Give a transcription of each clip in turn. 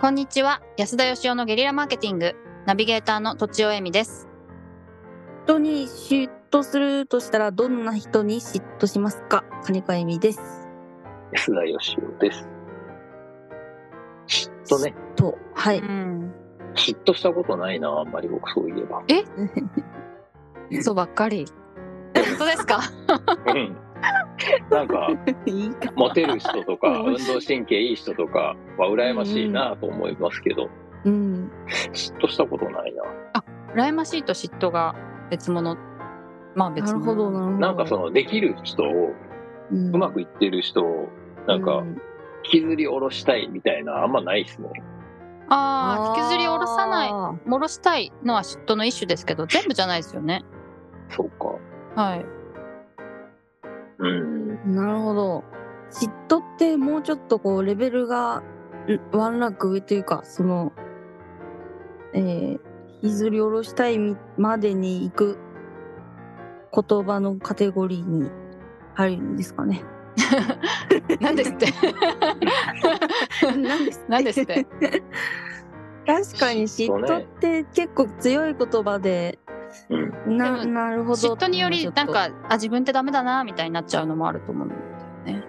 こんにちは安田義雄のゲリラマーケティングナビゲーターの土地尾恵美です人に嫉妬するとしたらどんな人に嫉妬しますか金子恵美です安田義雄です。嫉妬ね。とは ういん嫉妬したことないな、あんまり僕そういえば。そうばっかり本当ですかうん。なんか、いいかモテる人と か、うん運動神経いい人とかは羨ましいなと思いますけど、うん嫉妬したことないな。 羨ましいと嫉妬が別物まあ別な物るほどなるほどなんかその、できる人を、うんうまくいってる人を、なんうか、削り下ろしたいみたいな、あんまないっすね。ああ引きずり下ろさないあ下ろしたいのは嫉妬の一種ですけど全部じゃないですよねそうか。はいうん。ーなるほど嫉妬ってもうちょっとこうレベルがんワンランク上というかそのえー、引きずり下ろしたいみまでに行く言葉のカテゴリーに入るんですかね何ですってなんです 何 ですって確かに嫉妬って結構強い言葉で、うん。なでもなるほど嫉妬によりなんかあ自分ってダメだなみたいになっちゃうのもあると思うんだよね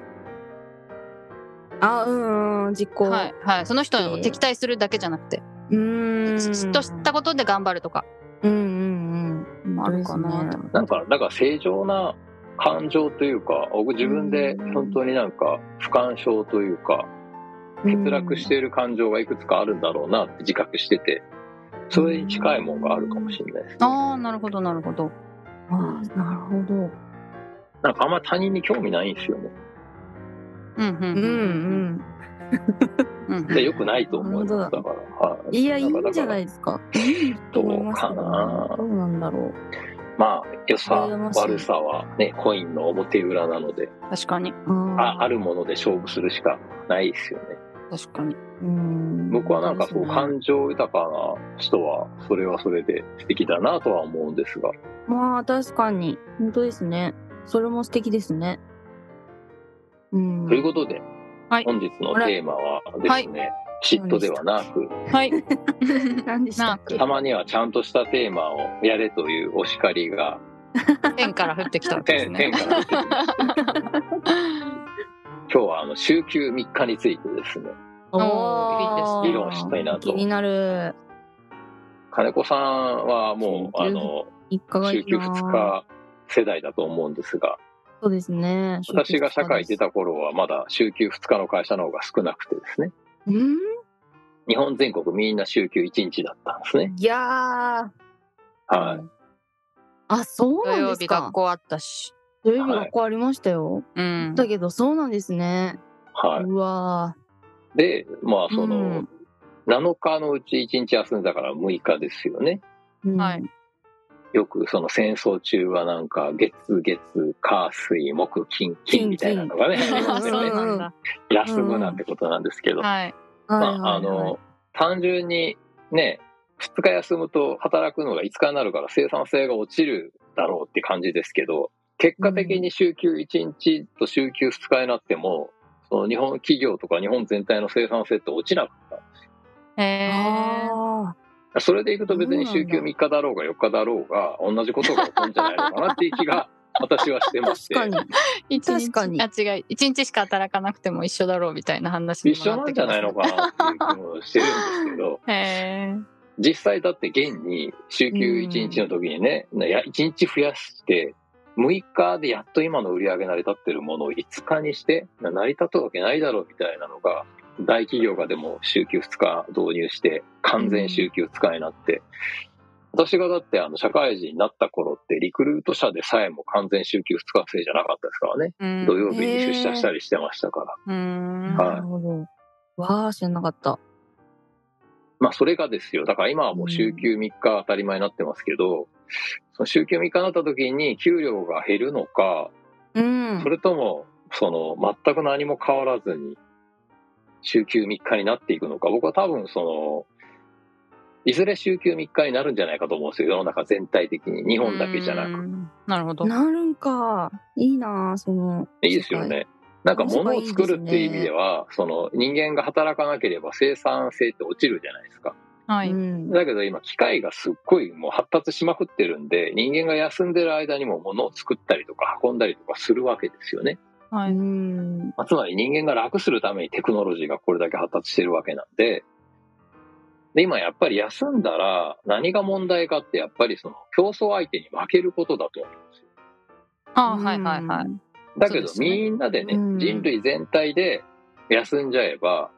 あうんうん実行、はいはいその人を敵対するだけじゃなくてうーん嫉妬したことで頑張るとかうんうんうんもあるか本な当とですね思ってなんか、だから正常な感情というか、僕自分で本当になんか不干渉というか、欠落している感情がいくつかあるんだろうなって自覚してて、それに近いもんがあるかもしれないですね。ああなるほどなるほどあーなるほどなんかあんま他人に興味ないんですよね。うんうんうんうんうんでよくないと思います。だなるから。はいやいいんじゃないいですかいいと思いますけどどうかなどうなんだろうまあ、良さ、羨ましい悪さはね、コインの表裏なので、確かにあああるもので勝負するしかないですよね。確かにうん僕はなんかそう、感感情豊かな人は、それはそれで素敵だなとは思うんですが、まあ確かに本当ですねそれも素敵ですねうんということで、はい本日のテーマはですね、嫉妬ではなく、はい 何でしたっけたまにはちゃんとしたテーマをやれというお叱りが、天から降ってきたわけです天ね 天から 出てきまして今日はあの週休3日についてですね、おー議論したいなと気になる金子さんはもう、あ週休の、一家がい週い休な2日世代だと思うんですが、そうですね私が社会に出た頃はまだ週休2日の会社の方が少なくてですね、うん日本全国みんな週休1日だったんですね。いやーはい。あそう土なん曜です日学か校あったし土曜日はい学校ありましたよ、うんだけどそうなんですね、はうわい。で、まあーその、うん7日のうち1日休んだから6日ですよね。うんはいよくその戦争中はなんか月月火水木金金みたいなのがね、金金ありますよそうねなんだ休むなんてことなんですけど、まはいはいはいああはいの単純にね2日休むと働くのが5日になるから生産性が落ちるだろうって感じですけど結果的に週休1日と週休2日になっても、その日本企業とか日本全体の生産性って落ちなかったえーあそれでいくと別にそうな週んだ休3日だろうが4日だろうが同じことが起こるんじゃないのかなっていう気が私はしてーまして確かに一日確かにあ違う一日しか働かなくても一緒だろうみたいな話に一もっ緒なてんきじゃますないのかなっていう気もしてるんですけどへー実際だって現に週休1日の時にね、いや1日増やして6日でやっと今の売り上げ成り立ってるものを5日にして成り立つわけないだろうみたいなのが大企業がでも週休2日導入して完全週休2日になって、私がだってあの社会人になった頃ってリクルート社でさえも完全週休2日制じゃなかったですからね、うん土曜日に出社したりしてましたから。うーんはいなるほどわあ知らなかったまあ、それがですよ。だから今はもう週休3日当たり前になってますけど、その週休3日になった時に給料が減るのか、うんそれとも、その、全く何も変わらずに、週休3日になっていくのか。僕は多分、その、いずれ週休3日になるんじゃないかと思うんですよ。世の中全体的に。日本だけじゃなうく。んなるほどなるんかいいなあそのいいですよね。なんか物を作るっていう意味では、その人間が働かなければ生産性って落ちるじゃないですか。はうい。んだけど今機械がすっごいもう発達しまくってるんで、人間が休んでる間にも物を作ったりとか運んだりとかするわけですよね。はうい。んまあ、つまり人間が楽するためにテクノロジーがこれだけ発達してるわけなんで、で、今やっぱり休んだら何が問題かってやっぱりその競争相手に負けることだと思うんですよ。あーはいはいはい。だけどそうですねみんなでね、うん人類全体で休んじゃえば、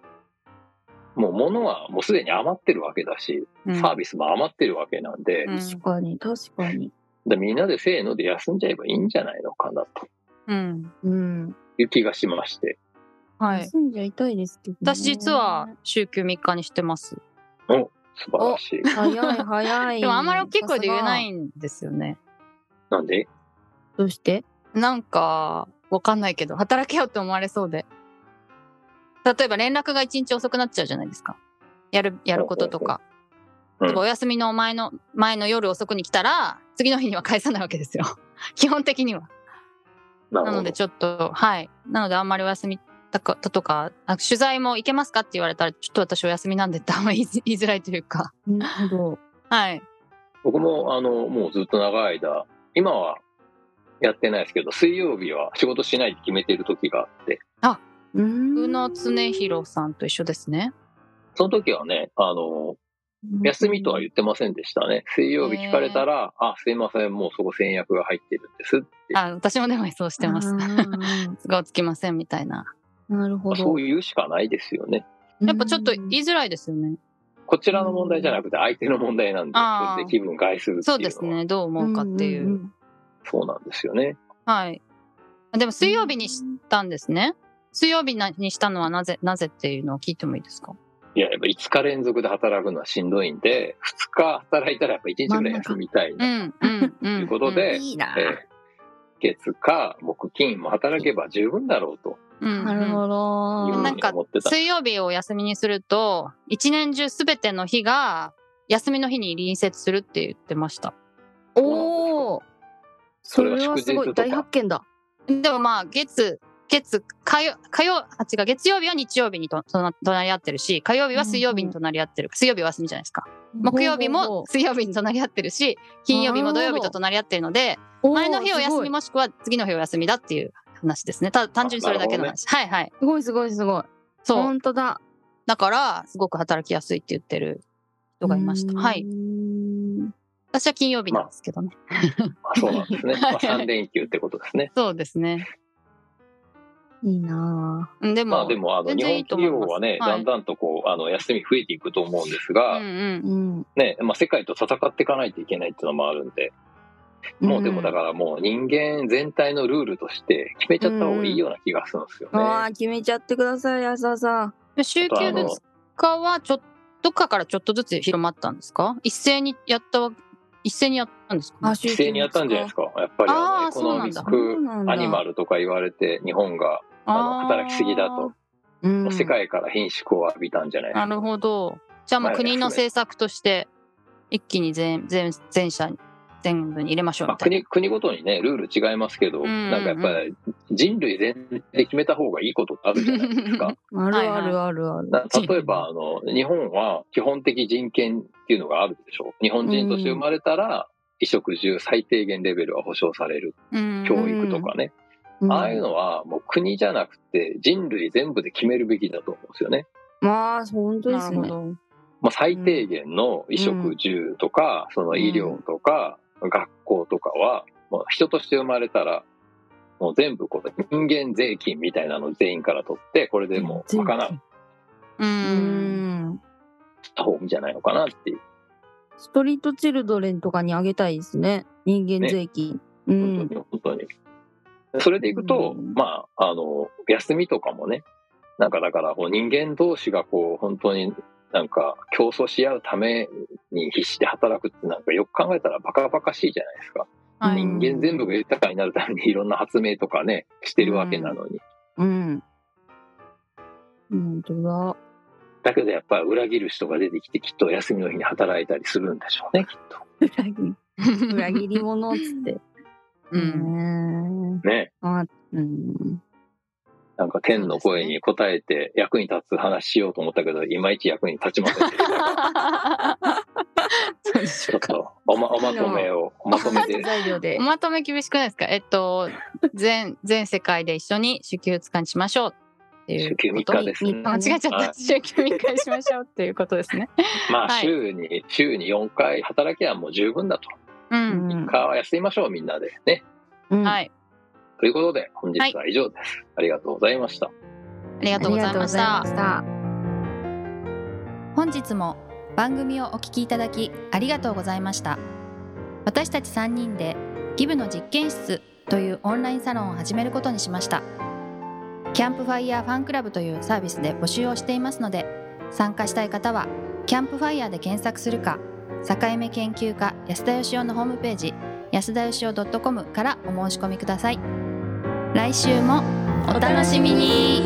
もう物はもうすでに余ってるわけだし、うんサービスも余ってるわけなんで、うん確かに確かにでみんなでせーので休んじゃえばいいんじゃないのかなとうん。うんいう気がしまして。はい。休んじゃいたいですけどね私実は週休3日にしてます。素晴らしい。早い早 いでもあんまり大きい声で言えないんですよね。なんでどうしてなんか、わかんないけど、働けよって思われそうで。例えば連絡が一日遅くなっちゃうじゃないですか。やる、やることとか。うん例えばお休みの前の、前の夜遅くに来たら、次の日には返さないわけですよ。 基本的には。ななるほのどで。ちょっと、はい。なのであんまりお休みだかだとか、あ取材も行けますかって言われたら、ちょっと私お休みなんでってあんまり言いづらいというか。なるほどはい。僕も、あの、もうずっと長い間、今はやってないですけど、水曜日は仕事しないって決めてる時があって、う宇ん野恒弘さんと一緒ですね。その時はね、あの、休みとは言ってませんでしたね。水曜日聞かれたら、あ、すいません、もうそこ先約が入ってるんですって。あ、私もでもそうしてますあ。ー都合つきませんみたいな。なるほどそういうしかないですよね。やっぱちょっと言いづらいですよね。こちらの問題じゃなくて相手の問題なんで、あーそれで気分害するっていうのそはうですね。どう思うかっていう。んんんそうなんですよね。はい。でも水曜日にしたんですね。水曜日なにしたのはなぜ、なぜっていうのを聞いてもいいですかいや、やっぱ5日連続で働くのはしんどいんで、2日働いたらやっぱ1日ぐらい休みたいうんな、、うん、うん。ということで、いいなえー月か木金も働けば十分だろうとうん、うん。なるほどいうふうなんにか思ってた。水曜日を休みにすると一年中すべての日が休みの日に隣接するって言ってましたおおそれそれはは祝日すごいとか大発見だでもまあ月月火曜火曜あ違う月曜日は日曜日にととな隣り合ってるし火曜日は水曜日に隣り合ってる、水曜日は休みじゃないですか木曜日も水曜日に隣り合ってるし金曜日も土曜日と隣り合ってるので前の日を休みももしくは次の日を休みだっていう話ですねた単純にそれだけの話、はいはいすごいすごいすごいそう、本当だだからすごく働きやすいって言ってる人がいましたはいうーん私は金曜日なんですけどね。あそう なんですね。まあ、3連休ってことですね。そうですね。いいなぁうんでも、まあでも、あの、全日然い本いと思企います業はね、はいだんだんとこう、あの、休み増えていくと思うんですが、うんうん、うんね、まあ、世界と戦っていかないといけないっていうのもあるんで、もうでもだかからもう人間全体のルールとして決めちゃった方がいいような気がするんですよね。ああ決めちゃってください安田さん週あとあ休の2日はちょっとどっかからちょっとずつ広まったんですか一斉にやったわ一斉にやったんですか、ね、規制にやったんじゃないですかか。やっぱりああのーエコノミッそうクなんだアニマルとか言われて日本があの働きすぎだと、うん世界から変色を浴びたんじゃないあーですなか。るほどじゃあもう国の政策として一気に全全全社に全部に入れましょうまあ、みたいな、国国ごとにね、ルール違いますけうど、んうんなんかやっぱり人類全体で決めた方がいいことってあるじゃないです か。あるあるあるあるな例えばあの、日本は基本的人権っていうのがあるでしょ。日本人として生まれたら、衣食住最低限レベルは保障される。うん教育とかね。うんああいうのはもう国じゃなくて人類全部で決めるべきだと思うんですよね。まあ本当でなするほねどまあ、最低限の衣食住とか、その医療とか、学校とかは、もう人として生まれたら、もう全部こう人間税金みたいなのを全員から取って、これでもう賄っううんんた方がいいんじゃないのかなっていう。ストリートチルドレンとかにあげたいですね人間税金、う本ん当に、本当に。それでいくと、うんまあ、あの、休みとかもね、なんかだから、人間同士がこう、本当になんか競争し合うために必死で働くってなんかよく考えたらバカバカしいじゃないですか。はうんい人間全部が豊かになるためにいろんな発明とかね、してるわけなのに。うん本当だだけどやっぱり裏切る人が出てきて、きっと休みの日に働いたりするんでしょうね、きっ裏切り 裏切り者っつってうんねと。ね。えあうんなんか天の声に応えて役に立つ話しようと思ったけど、いまいち役に立ちませんでした。そうでしちょょうっか。とおまおまとめを、おまとめ で。材料でおまとめ厳しくないですかえっと、全、全世界で一緒に週休2日にしましょうっていう週休3こと。日ですねあ間違えちゃっはた。 週休3日にしましょうっていうことですね。まはあい週に、週に4回働きはもう十分だと。う。うんん一回は休みましょう、みんなで。ね。うんはい。ということで、本日は以上です。ありがとうございました。ありがとうございました。た。本日も番組をお聞きいただきありがとうございました私たち3人でギブの実験室というオンラインサロンを始めることにしましたキャンプファイヤーファンクラブというサービスで募集をしていますので参加したい方はキャンプファイヤーで検索するか境目研究家安田義雄のホームページ安田義雄 .com からお申し込みください来週もお楽しみに